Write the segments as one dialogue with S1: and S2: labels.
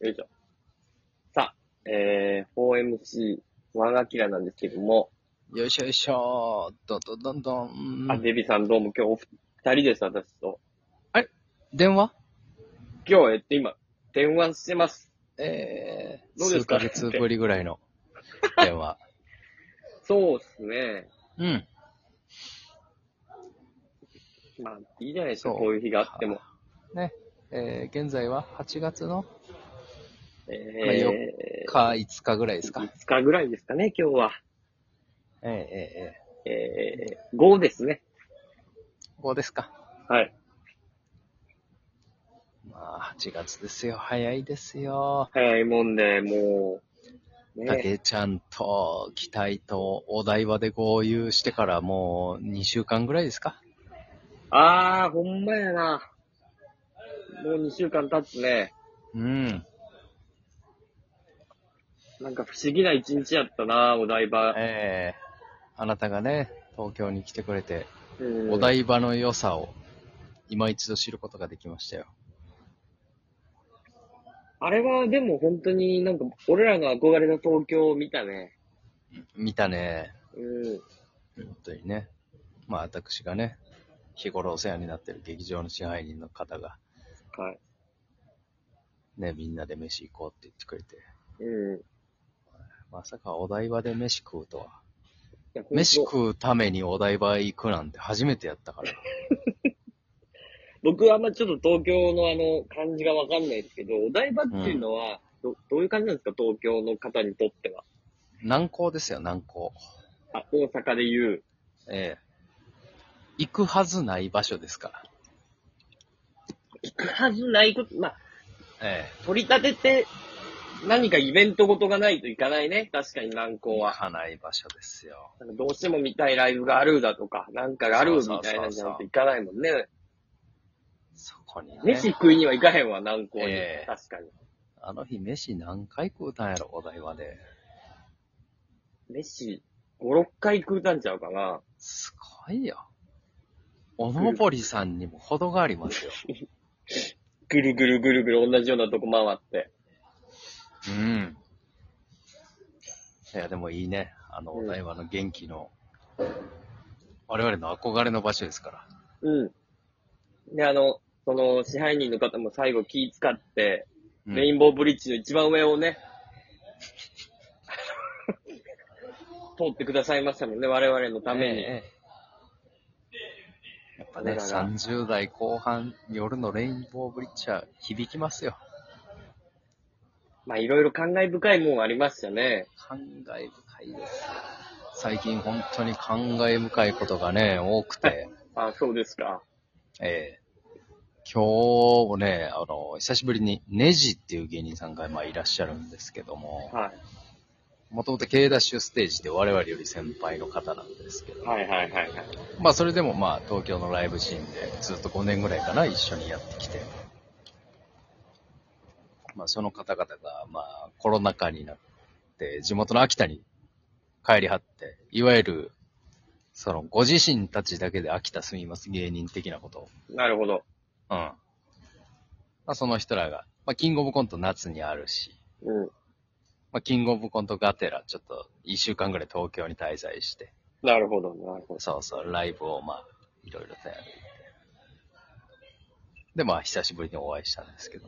S1: よいしょ。さあ、えー、4MC、ワンアキラなんですけども、
S2: よいしょよいしょどんどんどんどん。
S1: あ、デビさんどうも今日お二人です、私と。
S2: 電話
S1: 今日、えっと、今、電話してます。
S2: えー、
S1: どうで
S2: 数
S1: すか
S2: ヶ月ぶりぐらい の電話。
S1: そうっすね。
S2: うん。
S1: まあ、いいじゃないですか、
S2: そう
S1: こういう日があっても。
S2: ね。えー、現在は8月の
S1: えー、
S2: か5日ぐらいですか。
S1: 5日ぐらいですかね、今日は。
S2: えー、え
S1: えー、5ですね。
S2: ー、えー、こうですか。
S1: はい。
S2: まあ、8月ですよ。早いですよ。
S1: 早いもんで、もう、
S2: た
S1: ね、
S2: けちゃんと、期待と、お台場で合流してからもう2週間ぐらいですか。
S1: あー、ほんまやな。もう2週間経つね。
S2: うん。
S1: なんか不思議な一日やったな、お台場。
S2: ええあなたがね、東京に来てくれて、
S1: うん
S2: お台場の良さを今一度知ることができましたよ。
S1: あれはでも本当になんか俺らの憧れの東京を見たね。
S2: 見たね。
S1: うん。
S2: 本当にね。まあ私がね、日頃お世話になってる劇場の支配人の方が、
S1: はい。
S2: ね、みんなで飯行こうって言ってくれて、
S1: うん。い
S2: まさかお台場で飯食うとは。
S1: やほんと
S2: 飯食うためにお台場へ行くなんて初めてやったから。
S1: 僕はあんまちょっと東京のあの感じがわかんないですけど、お台場っていうのはど、どういう感じなんですか東京の方にとっては。
S2: 難航ですよ、難航。
S1: あ、大阪で言う。
S2: ええ行くはずない場所ですから。
S1: 行くはずないこと、まあ、
S2: え
S1: 取り立てて何かイベントごとがないといかないね。確かに南
S2: え
S1: 港
S2: 行
S1: は。
S2: かない場所ですよ。
S1: なんかどうしても見たいライブがあるだとか、なんかがあるみたいなんじゃなくて行かないもんね。
S2: そこにね。
S1: 飯食いには行かへんわ、南港に。
S2: ええ
S1: 確かに。
S2: あの日飯何回食うたんやろ、お台場で。
S1: 飯、5、6回食うたんちゃうかな。
S2: すごいよ。おのぼりさんにも程がありますよ。
S1: ぐるぐるぐるぐる同じようなとこ回って。
S2: うん。いや、でもいいね。あの、お台場の元気の、我々の憧れの場所ですから。
S1: うん。で、あの、その支配人の方も最後気使って、
S2: うん
S1: レインボーブリッジの一番上をね、 通ってくださいましたもんね、我々のために。
S2: ええやっぱね、30代後半、夜のレインボーブリッジは響きますよ。
S1: まあ、いろいろ感慨深いもんありましたね。
S2: 感慨深いです。最近本当に感慨深いことがね、多くて。
S1: あ、そうですか。
S2: ええ今日もね、あの、久しぶりにネジっていう芸人さんがまあいらっしゃるんですけども、
S1: は
S2: もともと K ダッシュステージで我々より先輩の方なんですけ
S1: い。
S2: ど、
S1: はいはいはいはい。
S2: まあそれでもまあ東京のライブシーンでずっと5年ぐらいかな一緒にやってきて、まあその方々がまあコロナ禍になって地元の秋田に帰りはって、いわゆるそのご自身たちだけで秋田住みます芸人的なことを
S1: なるほど。
S2: うん。まあ、その人らが、まあ、キングオブコント夏にあるし、
S1: うん。
S2: まあ、キングオブコントがてら、ちょっと一週間ぐらい東京に滞在して、
S1: なるほど、なるほど。
S2: そうそう、ライブをまあ、いろいろとやって。で、まあ、久しぶりにお会いしたんですけど。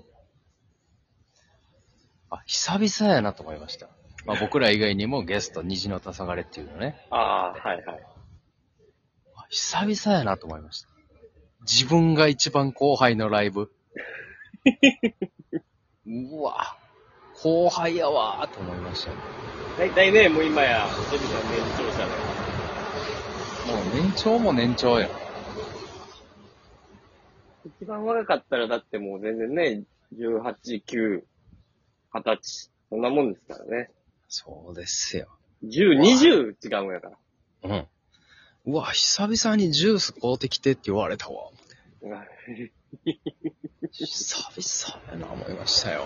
S2: あ、久々やなと思いました。まあ、僕ら以外にもゲスト、虹の黄昏っていうのね、
S1: ああ、はいはい。
S2: あ久々やなと思いました。自分が一番後輩のライ ブ。うわ、後輩やわーと思いましたね。
S1: 大体ね、もう今や、デビさん年長者だから
S2: もう年長も年長や。
S1: 一番若かったらだってもう全然ね、18、9、20歳。そんなもんですからね。
S2: そうですよ。
S1: 10、20違うんやから。
S2: うん。うわ、久々にジュース買うてきてって言われたわ。久々やな思いましたよ。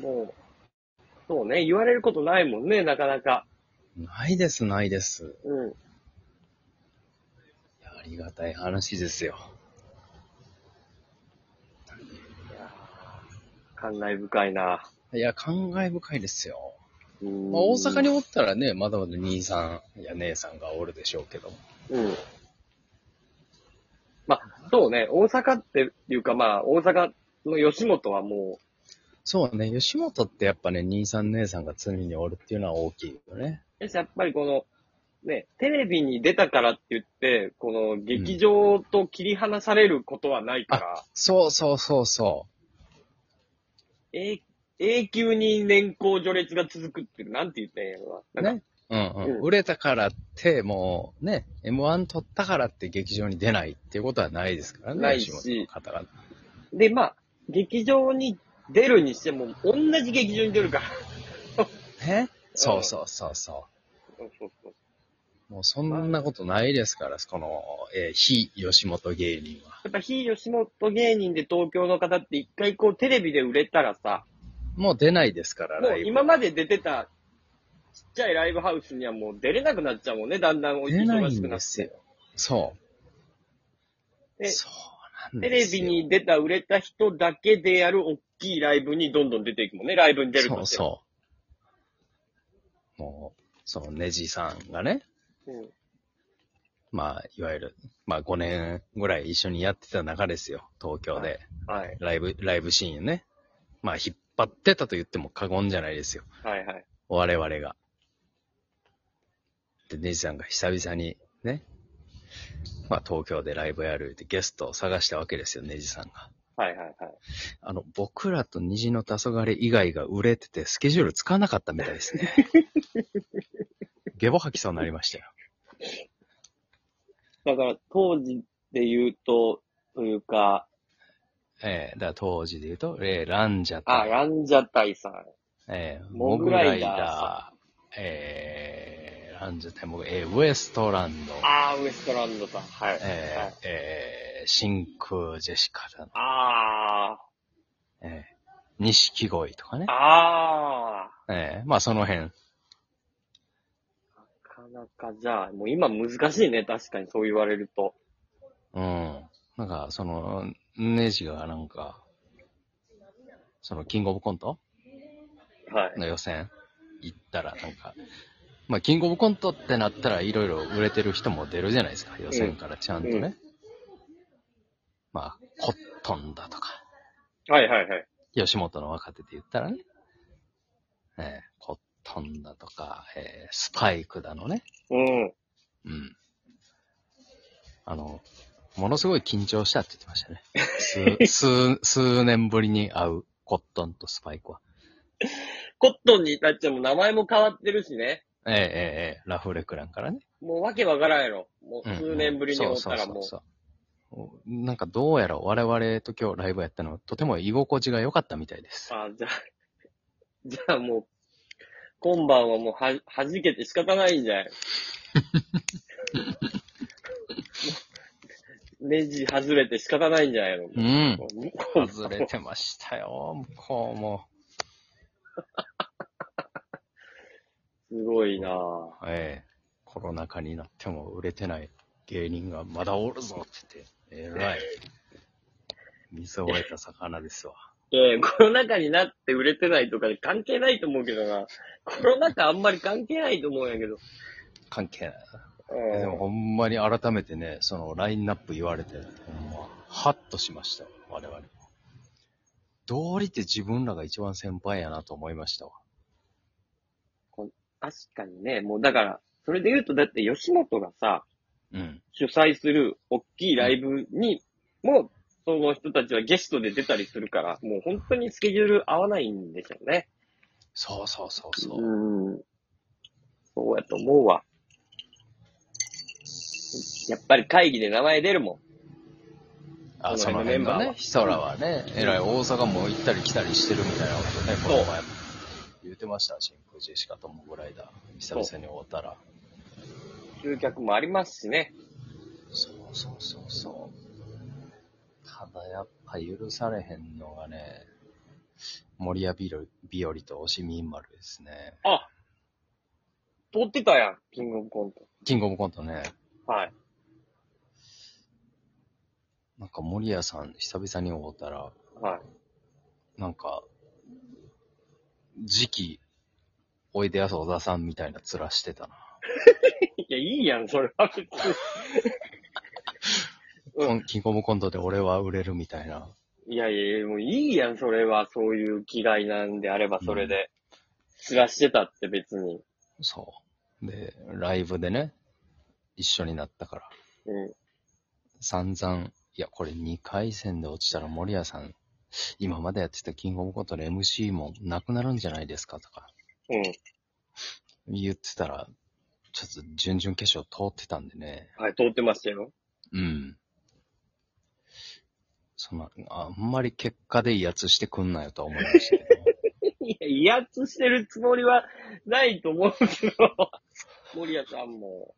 S1: もう、そうね、言われることないもんね、なかなか。
S2: ないです、ないです。
S1: うん。
S2: ありがたい話ですよ。
S1: 感慨深いな。
S2: いや、感慨深いですよ。
S1: うん
S2: まあ、大阪におったらね、まだまだ兄さんや姉さんがおるでしょうけど。
S1: うん。まあ、そうね、大阪っていうか、まあ、大阪の吉本はも
S2: そうね、吉本ってやっぱね、兄さん姉さんが常におるっていうのは大きいよね。
S1: う、やっぱりこの、ね、テレビに出たからって言って、この劇場と切り離されることはないから、
S2: そうそうそうそ
S1: え永久に年功序列が続くっていう、なんて言ったらいいんやろな。なんか、
S2: ねう。うんうん。
S1: うん
S2: 売れたからって、もうね、M1 取ったからって劇場に出ないっていうことはないですからね、
S1: ないし
S2: 吉本の方が。
S1: で、まあ、劇場に出るにしても、同じ劇場に出るから。
S2: ねそうそうそうそ
S1: そうそうそう
S2: う。もうそんなことないですから、この、えー非吉本芸人は。
S1: やっぱ非吉本芸人で東京の方って一回こうテレビで売れたらさ、
S2: もう出ないですから、
S1: もう
S2: ライブ
S1: 今まで出てたちっちゃいライブハウスにはもう出れなくなっちゃうもんね、だんだんお
S2: 出ない
S1: 忙しく
S2: ん
S1: な
S2: で
S1: っ
S2: すよ
S1: て。。
S2: そう。
S1: で
S2: そうなん
S1: テ
S2: で
S1: レ
S2: すよ。
S1: ビに出た売れた人だけでやる大きいライブにどんどん出ていくもんね、ライブに出る
S2: そ
S1: と
S2: う
S1: して。
S2: そう。もう、そのネジさんがね、
S1: うん
S2: まあ、いわゆる、まあ5年ぐらい一緒にやってた中ですよ、東京で。
S1: はい、
S2: ライブ、ライブシーンね。まあ、引っ張ってたと言っても過言じゃないですよ。
S1: はい、はい。
S2: 我々が。で、ネジさんが久々にね、まあ東京でライブやるってゲストを探したわけですよ、ネジさんが。
S1: はい、はい、はい。
S2: あの、僕らと虹の黄昏以外が売れてて、スケジュールつかなかったみたいです ね。ゲボ吐きそうになりましたよ。
S1: だから当時で言うと、というか、
S2: ええだから当時で言うと、ええランジャ
S1: あ、
S2: タイ、
S1: ランジャタイさん。
S2: ええ
S1: モ
S2: モ
S1: グ
S2: グ
S1: ラ
S2: ラ
S1: イ
S2: イ
S1: ダー
S2: ダー、ええランジャタイ、モグええウエストランド、
S1: あー、ウエストランドさん。はい。
S2: ええ
S1: はい、
S2: ええ真空ジェシカだな、
S1: あ
S2: ええ錦鯉とかね
S1: ー、、あー。
S2: ええまあその辺、
S1: なかなかじゃあ、もう今難しいね、確かにそう言われると。
S2: うん。なんか、その、ネジがなんか、その、キングオブコント
S1: はい。
S2: の予選行ったら、なんか、まあ、キングオブコントってなったら、いろいろ売れてる人も出るじゃないですか、予選からちゃんとね。
S1: うん
S2: まあ、コットンだとか、
S1: はいはいはい。
S2: 吉本の若手で言ったらね、ええコットンだとか、ええスパイクだのね、
S1: うん。
S2: うん。あの、ものすごい緊張したって言ってまし たね。数、数、数年ぶりに会うコットンとスパイクは。
S1: コットンに至っちゃもう名前も変わってるしね。
S2: ええええええラフレクランからね。
S1: もうわけわからんやろ。もう数年ぶりに
S2: お
S1: おったらもう。
S2: なんかどうやら我々と今日ライブやったのはとても居心地が良かったみたいです。
S1: あ、じゃあ、 じゃあもう、今晩はもうは、はじけて仕方ないんじゃない ネジ外れて仕方ないんじゃないの
S2: うん。
S1: もう
S2: 外れてましたよ、向こうも。
S1: すごいなぁ。
S2: ええコロナ禍になっても売れてない芸人がまだおるぞって言って、えらい。水を得た魚ですわ。
S1: ええコロナ禍になって売れてないとか関係ないと思うけどな。コロナ禍あんまり関係ないと思うんやけど。
S2: 関係ない。
S1: うん
S2: でもほんまに改めてね、そのラインナップ言われて、ほんま、ハッとしましたわ、我々。どうりって自分らが一番先輩やなと思いましたわ。
S1: 確かにね、もうだから、それで言うと、だって吉本がさ、
S2: うん。
S1: 主催する大きいライブに、もう、その人たちはゲストで出たりするから、もう本当にスケジュール合わないんでしょうね。
S2: そうそうそうそう。
S1: うん。そうやと思うわ。やっぱり会議で名前出るも
S2: あ、
S1: そ
S2: そ
S1: の
S2: の
S1: 辺のメ
S2: 辺
S1: ンバーは
S2: のね、人らはね、えらい大阪も行ったり来たりしてるみたいなことね、この前も言ってました、真空ジェシカとモグライダー。久
S1: う
S2: 々に会ったら。
S1: ん。集客もありますしね。
S2: そうそうそうそう。ただやっぱ許されへんのがね、森谷日和日和と押しみん丸ですね。
S1: あ通ってたやん、キングオブコント。
S2: キングオブコントね。
S1: はい。
S2: なんか森谷さん、久々に会うたら、
S1: はい。
S2: なんか、次期、おいでやす小田さんみたいな面してたな。
S1: いや、いいやん、それは別に。うん
S2: こんキングオブコントで俺は売れるみたいな。
S1: いやいやいや、もういいやん、それは。そういう気概なんであれば、それで。面してたって別に。
S2: そう。で、ライブでね、一緒になったから、
S1: うん。
S2: 散々、いや、これ2回戦で落ちたら森谷さん、今までやってたキングオブコントの MC もなくなるんじゃないですかとか、
S1: うん。
S2: 言ってたら、ちょっと準々決勝通ってたんでね。
S1: はい、通ってましたよ。
S2: うん。そんな、あんまり結果で威圧してくんなよとは思いましたけど。
S1: いや、威圧してるつもりはないと思うけど、 森谷さんも。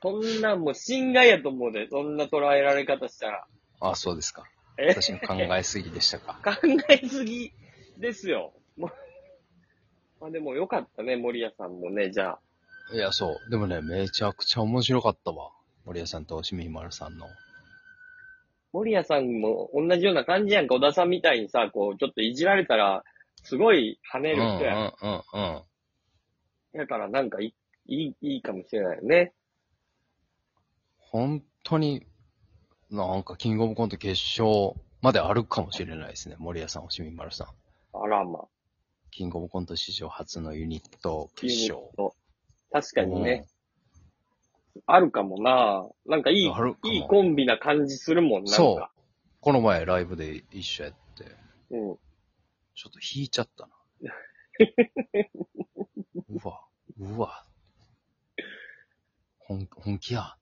S1: そんなんもう侵害やと思うで、そんな捉えられ方したら。
S2: あ、そうですか。
S1: え
S2: 私の考えすぎでしたか。
S1: 考えすぎですよ。もう まあでもよかったね、森谷さんもね、じゃあ。
S2: いや、そう。でもね、めちゃくちゃ面白かったわ。森谷さんと清水丸さんの。
S1: 森谷さんも同じような感じやんか、小田さんみたいにさ、こう、ちょっといじられたら、すごい跳ね
S2: うん
S1: る
S2: う
S1: 人やん。
S2: んうんうん。
S1: だからなんかいい、いい、いいかもしれないよね。
S2: 本当に、なんか、キングオブコント決勝まであるかもしれないですね。森谷さん、清水丸さん。
S1: あらま。
S2: キングオブコント史上初のユニット決
S1: ユニッ
S2: 勝。
S1: ト確かにね、あるかもな。なんかいい
S2: あるか、も
S1: いいコンビな感じするもんなん
S2: う。
S1: んか。
S2: そう。この前ライブで一緒やって、
S1: う。うん。
S2: ちょっと引いちゃ ったな。うわ、うわ。本本気や。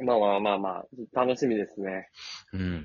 S1: まあまあまあまあ、楽しみですね。
S2: うん。